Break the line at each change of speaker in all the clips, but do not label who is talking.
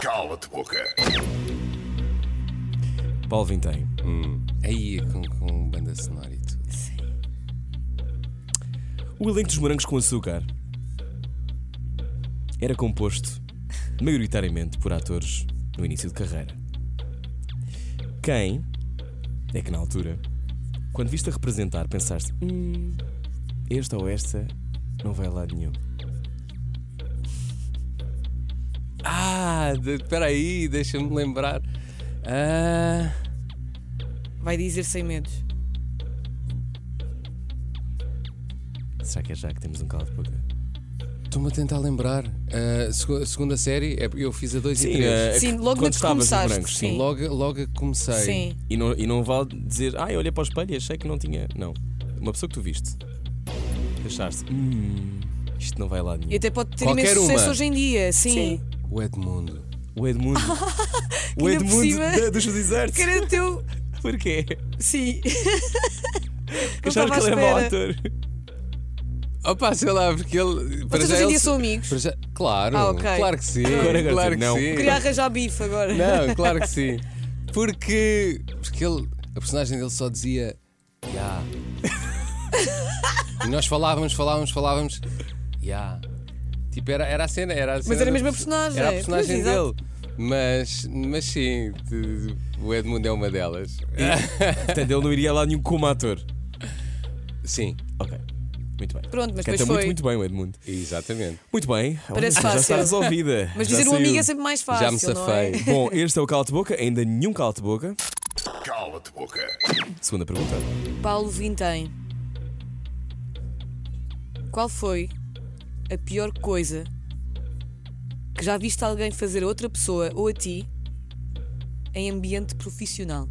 Cala-te boca.
Paulo Vintém.
Aí com, com banda sonora e tudo.
O elenco dos morangos com açúcar era composto maioritariamente por atores no início de carreira. Quem é que na altura, quando viste a representar, pensaste: hum, este ou esta não vai a lado nenhum.
Ah, de- espera aí, deixa-me lembrar. Ah,
Vai dizer sem medos.
Será que é já que temos um calo de boca?
Estou-me a tentar lembrar. Ah, segu- a segunda série, é- eu fiz a 2 e 3.
eh,
Sim, logo
quando
que
estavas nos
começaste,
morangos, sim.
sim.
Logo, logo a comecei.
Sim.
E não, e não vale dizer, ah, eu olhei para o espelho e achei que não tinha. Não. Uma pessoa que tu viste. Achaste, hum, isto não vai lá nenhum.
E até pode ter
Qualquer
imenso sucesso
uma.
hoje em dia, sim.
O Edmundo.
O Edmundo. o
por
Edmundo
cima-
da, dos desertos.
Cara do teu.
Porquê?
Sim.
Porque
Não
acharam
estava
que
à
ele era mau
espera.
ator.
Opa, sei lá, porque ele.
Vocês
já
hoje em
ele
dia
se-
são amigos.
para já- Claro,
Ah, ok.
claro que sim.
Agora, agora,
claro que
não.
sim.
Queria arranjar bife agora.
Não, claro que sim. Porque, porque ele, a personagem dele só dizia Ya. E nós falávamos, falávamos, falávamos Ya. Tipo, era, era a cena, era a cena.
era
da
mesmo a
perso-
personagem,
Era a personagem
pois, exato.
dele. Mas, mas sim, de- o Edmundo é uma delas.
Portanto, ele não iria lá nenhum como ator.
Sim,
Ok. Muito bem.
Pronto, mas
Canta
depois
muito,
foi.
muito bem o Edmundo.
exatamente.
Muito bem. Olha,
Parece
já
fácil.
está resolvida.
Mas
Já
dizer um
saiu.
amigo é sempre mais fácil.
Já me
não é?
safei.
Bom, este é o calo de boca. Ainda nenhum calo de boca.
Cala-te boca.
Segunda pergunta.
Paulo Vintém. Qual foi a pior coisa que já viste alguém fazer a outra pessoa ou a ti em ambiente profissional?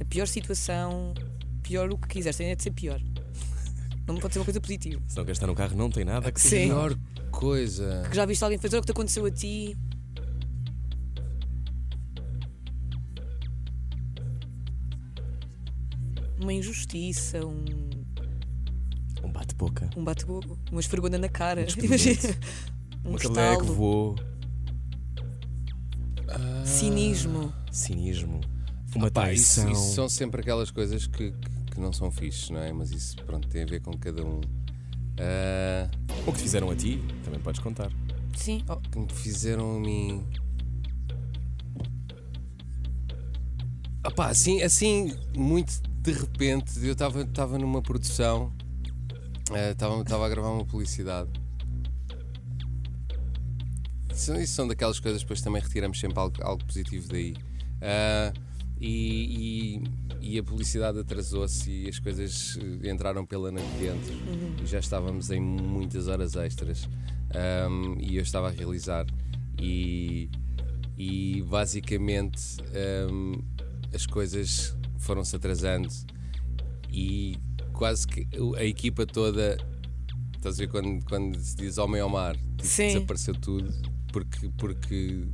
A pior situação, pior o que quiseres, tem de ser pior. Não pode ser uma coisa positiva.
Se não queres estar no carro, não tem nada que
Sim.
Melhor coisa.
Que já viste alguém fazer ou que te aconteceu a ti? Uma injustiça, um.
Um bate-boca.
um bate-bogo, uma esfregona na cara.
Um despedimento.
Imagina. Um
Uma cadeira que
estalo,
voou.
cinismo.
Cinismo. Uma
Pá, isso-
traição.
isso são sempre aquelas coisas que, que- que não são fixes, não é? Mas isso, pronto, tem a ver com cada um. Ah,
O que te fizeram a ti, também podes contar.
Sim.
Oh, que me fizeram a mim. Opá, assim, assim, muito de repente, eu estava numa produção, estava a gravar uma publicidade. São- isso são daquelas coisas, depois também retiramos sempre algo, algo positivo daí. Ah, e, e- e a publicidade atrasou-se e as coisas eh, entraram pela noite dentro e já estávamos em muitas horas extras Ahm, e eu estava a realizar e, e basicamente ahm, as coisas foram-se atrasando e quase que a equipa toda estás a ver quando, quando se diz homem ao mar tipo,
Sim.
desapareceu tudo porque, porque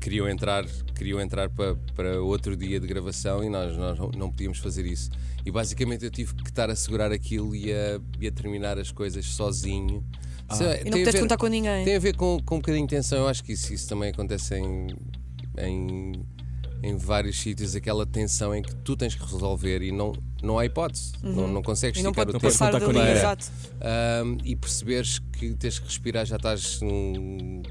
queriam entrar, queriam entrar para, para outro dia de gravação e nós, nós não- não podíamos fazer isso. E basicamente eu tive que estar a segurar aquilo e a, e a terminar as coisas sozinho. Sei lá,
Ah. E
tem
não
a
podes
ver-
contar com ninguém.
Tem a ver com, com um bocadinho de tensão, eu acho que isso, isso também acontece em, em, em vários sítios, aquela tensão em que tu tens que resolver e não, não há hipótese, não, não consegues
Uhum. E não
esticar
pode
o tempo.
passar
contar com
dali,
ninguém.
exato.
Um, e perceberes que tens que respirar, já estás num,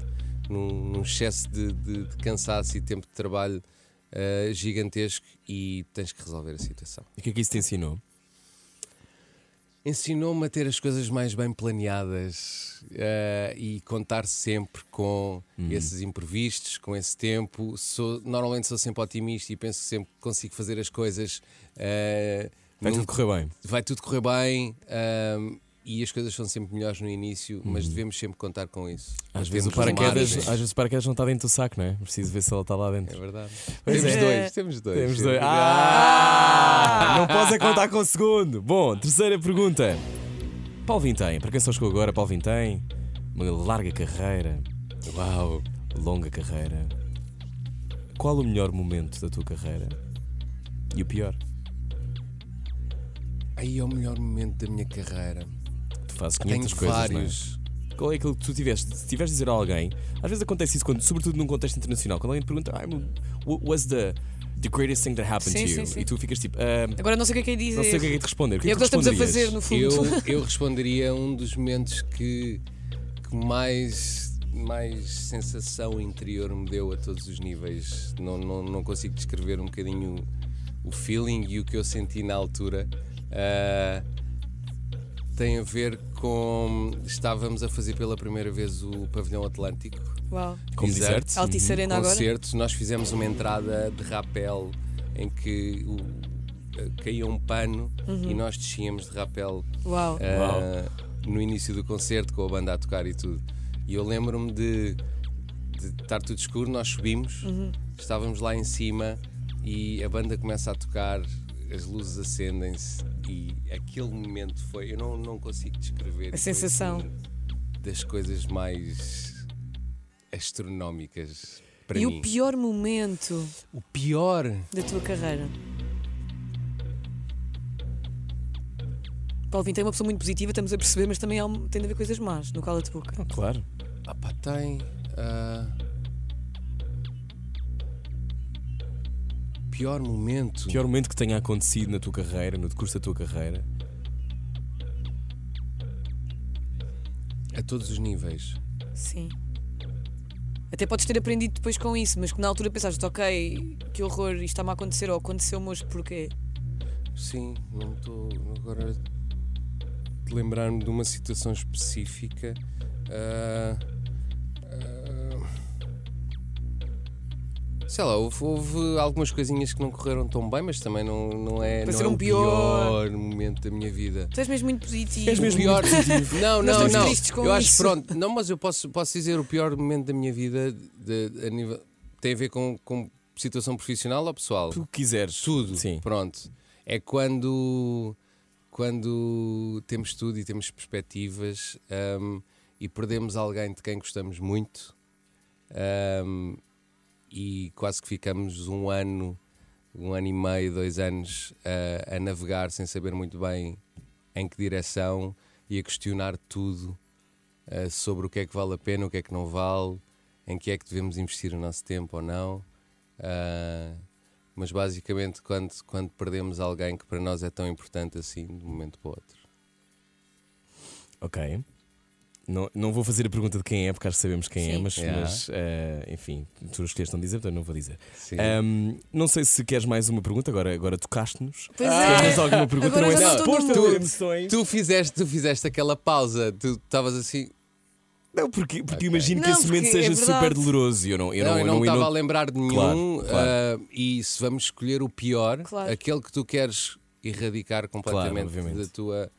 num, num excesso de, de- de cansaço e tempo de trabalho uh, gigantesco e tens que resolver a situação.
E o que é que isso te ensinou?
Ensinou-me a ter as coisas mais bem planeadas eh, e contar sempre com
Uhum.
esses imprevistos, com esse tempo. Sou- normalmente sou sempre otimista e penso que sempre consigo fazer as coisas. eh,
Vai
num-
tudo correr bem.
vai tudo correr bem ahm, e as coisas são sempre melhores no início, mas devemos sempre contar com isso.
Uhum. Às
Nós
vezes, o é
temos
paraquedas,
margens.
às vezes o paraquedas não está dentro do saco, não é? Preciso ver se ela está lá
É
dentro.
verdade.
Pois
temos
é.
dois, temos dois.
Temos
é
dois.
verdade.
Ah! Não podes é contar com o segundo. Bom, terceira pergunta. Paulo Vintém, para quem só chegou agora, Paulo Vintém, uma larga carreira,
Uau!
longa carreira. Qual o melhor momento da tua carreira? E o pior?
Aí é o melhor momento da minha carreira.
Tu fazes
Tenho
500 coisas, não é?
vários.
qual é aquilo que tu tiveste? Se tiveres de dizer a alguém, às vezes acontece isso, quando, sobretudo num contexto internacional, quando alguém te pergunta, ah, what was the, the greatest thing that happened
Sim,
to you?
sim, sim.
E tu ficas tipo, "Ah,
Agora não sei o que é que é dizer.
não sei o que é que é de responder. O que
E é o que nós
tu
estamos a
responderias?
fazer, no fundo.
Eu, eu responderia um dos momentos que, que mais, mais sensação interior me deu a todos os níveis. Não, não, não consigo descrever um bocadinho o feeling e o que eu senti na altura. Ah, tem a ver com. Estávamos a fazer pela primeira vez o Pavilhão Atlântico.
Uau.
Como
Exato.
deserto.
Altice Arena agora.
concertos, nós fizemos uma entrada de rapel em que o- caía um pano
Uhum.
e nós descíamos de rapel
Uau.
ah,
Uau.
no início do concerto com a banda a tocar e tudo. E eu lembro-me de, de estar tudo escuro, nós subimos,
Uhum.
estávamos lá em cima e a banda começa a tocar, as luzes acendem-se e aquele momento foi. Eu não, não consigo descrever.
A
foi,
sensação.
assim, das coisas mais astronómicas para
E
mim.
o pior momento
o pior.
da tua carreira? Paulo Vinho é uma pessoa muito positiva, estamos a perceber, mas também há um- tem de haver coisas más no cala de boca.
Ah, Claro.
Ah, pá, tem. ah, Pior momento.
O pior momento que tenha acontecido na tua carreira, no decurso da tua carreira.
A todos os níveis.
Sim. Até podes ter aprendido depois com isso, mas que na altura pensaste, ok, que horror, isto está-me a acontecer, ou aconteceu-me hoje porquê?
Sim, não estou agora de lembrar-me de uma situação específica. Ah, ah, sei lá, houve, houve algumas coisinhas que não correram tão bem, mas também não, não é, não é
Pareceram
o
pior.
pior momento da minha vida.
Tu és é mesmo muito positivo.
És
O
mesmo
pior. Não,
Nós
não,
estamos
não.
tristes com
eu acho
isso.
pronto. Não, mas eu posso, posso dizer o pior momento da minha vida de- de- a nível- tem a ver com, com situação profissional ou pessoal?
Tu quiseres.
Tudo.
Sim.
Pronto. É quando, quando temos tudo e temos perspectivas hum, e perdemos alguém de quem gostamos muito hum, e quase que ficamos um ano, um ano e meio, dois anos a, a navegar sem saber muito bem em que direção e a questionar tudo ah, sobre o que é que vale a pena, o que é que não vale, em que é que devemos investir o nosso tempo ou não. Ah, mas basicamente, quando, quando perdemos alguém que para nós é tão importante assim, de um momento para o outro.
Ok. Não, não vou fazer a pergunta de quem é, porque acho que sabemos quem é,
Sim.
mas,
Yeah.
mas, eh, enfim, tu escolheste não dizer, portanto não vou dizer.
Sim.
Ahm, não sei se queres mais uma pergunta, agora, agora tocaste-nos.
Pois
Se
é.
tens alguma pergunta, não
Agora já
é
estou
suposto
num-
haver emoções.
tu, fizeste, tu fizeste aquela pausa, tu estavas assim.
Não, porque, porque
Ok.
imagino que
Não,
esse momento
porque é
seja
verdade.
super doloroso e eu não, eu não,
não, eu não
eu
estava a lembrar de nenhum.
Claro, claro.
ah, e se vamos escolher o pior,
Claro.
aquele que tu queres erradicar completamente
obviamente.
da tua.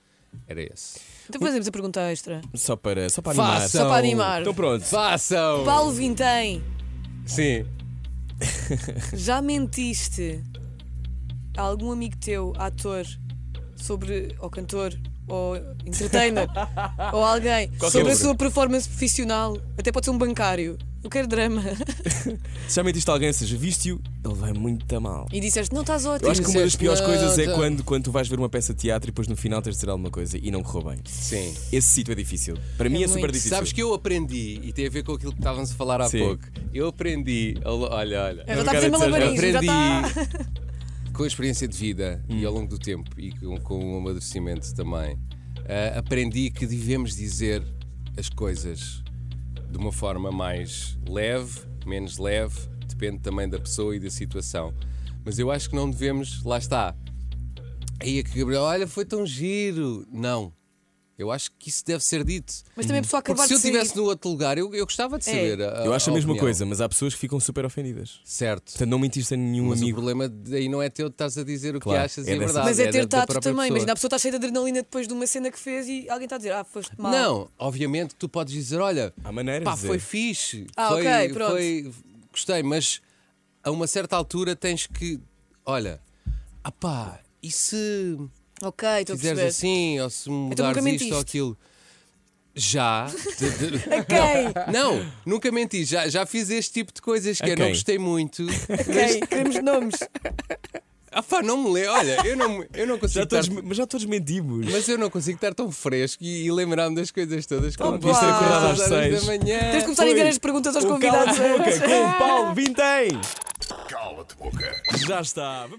Era esse.
Então fazemos a pergunta extra.
Só para, só para animar.
Façam!
Só para animar.
Então pronto.
Façam!
Paulo Vintém,
Sim.
já mentiste a algum amigo teu, ator, sobre. ou cantor, ou entertainer, ou alguém,
Qualquer
sobre a
outro.
sua performance profissional? Até pode ser um bancário. Eu quero drama.
Se já metiste alguém, seja viste-o, ele vai muito a mal.
E disseste, não estás
Eu
ótimo.
acho que uma das
disseste,
piores
"Não,
coisas é
tá."
quando, quando tu vais ver uma peça de teatro e depois no final tens de dizer alguma coisa e não correu bem.
Sim.
Esse sítio é difícil. Para mim é
muito.
super difícil.
Sabes que eu aprendi, e tem a ver com aquilo que estávamos a falar há
Sim.
pouco. Eu aprendi, olha, olha.
Ela
Eu
está a
quero dizer,
fazer malabarismo, É, já tá
aprendi
está.
com a experiência de vida e ao longo do tempo e com, com o amadurecimento também, ah, aprendi que devemos dizer as coisas de uma forma mais leve, menos leve, depende também da pessoa e da situação. Mas eu acho que não devemos, lá está. Aí a que Gabriel, olha, foi tão giro. Não. Eu acho que isso deve ser dito.
Mas também a pessoa
Porque
acabar
se eu
de sair.
estivesse no outro lugar, eu, eu gostava de
É.
saber. a-
Eu acho a mesma
Ah, opinião.
coisa, mas há pessoas que ficam super ofendidas.
Certo.
Portanto, não mentiste a nenhum
Mas o
amigo.
problema aí não é teu de estás a dizer o
Claro,
que achas
é
e é
dessa-
verdade.
Mas é ter
da- da
tato
própria
também.
pessoa.
Imagina, a pessoa está cheia de adrenalina depois de uma cena que fez e alguém está a dizer, ah, foste mal.
Não, obviamente tu podes dizer, olha,
Há maneiras
pá,
de dizer.
foi fixe.
Ah,
foi,
ok, pronto.
foi- gostei, mas a uma certa altura tens que, olha, ah pá, e se
Ok, estou a
fizeres
perceber.
assim, ou se mudares
nunca
isto ou
mentiste.
aquilo? Já. De- de-
Ok,
Não, nunca menti. Já, já fiz este tipo de coisas que
A
eu não
quem?
gostei muito.
ok, queremos nomes.
Ah pá, não me lembro. Olha, eu não, eu não consigo
Já
estar...
todos, mas já todos mentimos.
Mas eu não consigo estar tão fresco e, e lembrar-me das coisas todas.
Pá,
como
devias ter
vocês
acordado às
horas
seis.
da manhã.
Tens de começar a
foi.
enviar as perguntas aos é?
O Cala
convidados.
a boca com o Paulo Vintém.
Cala-te boca.
Já está.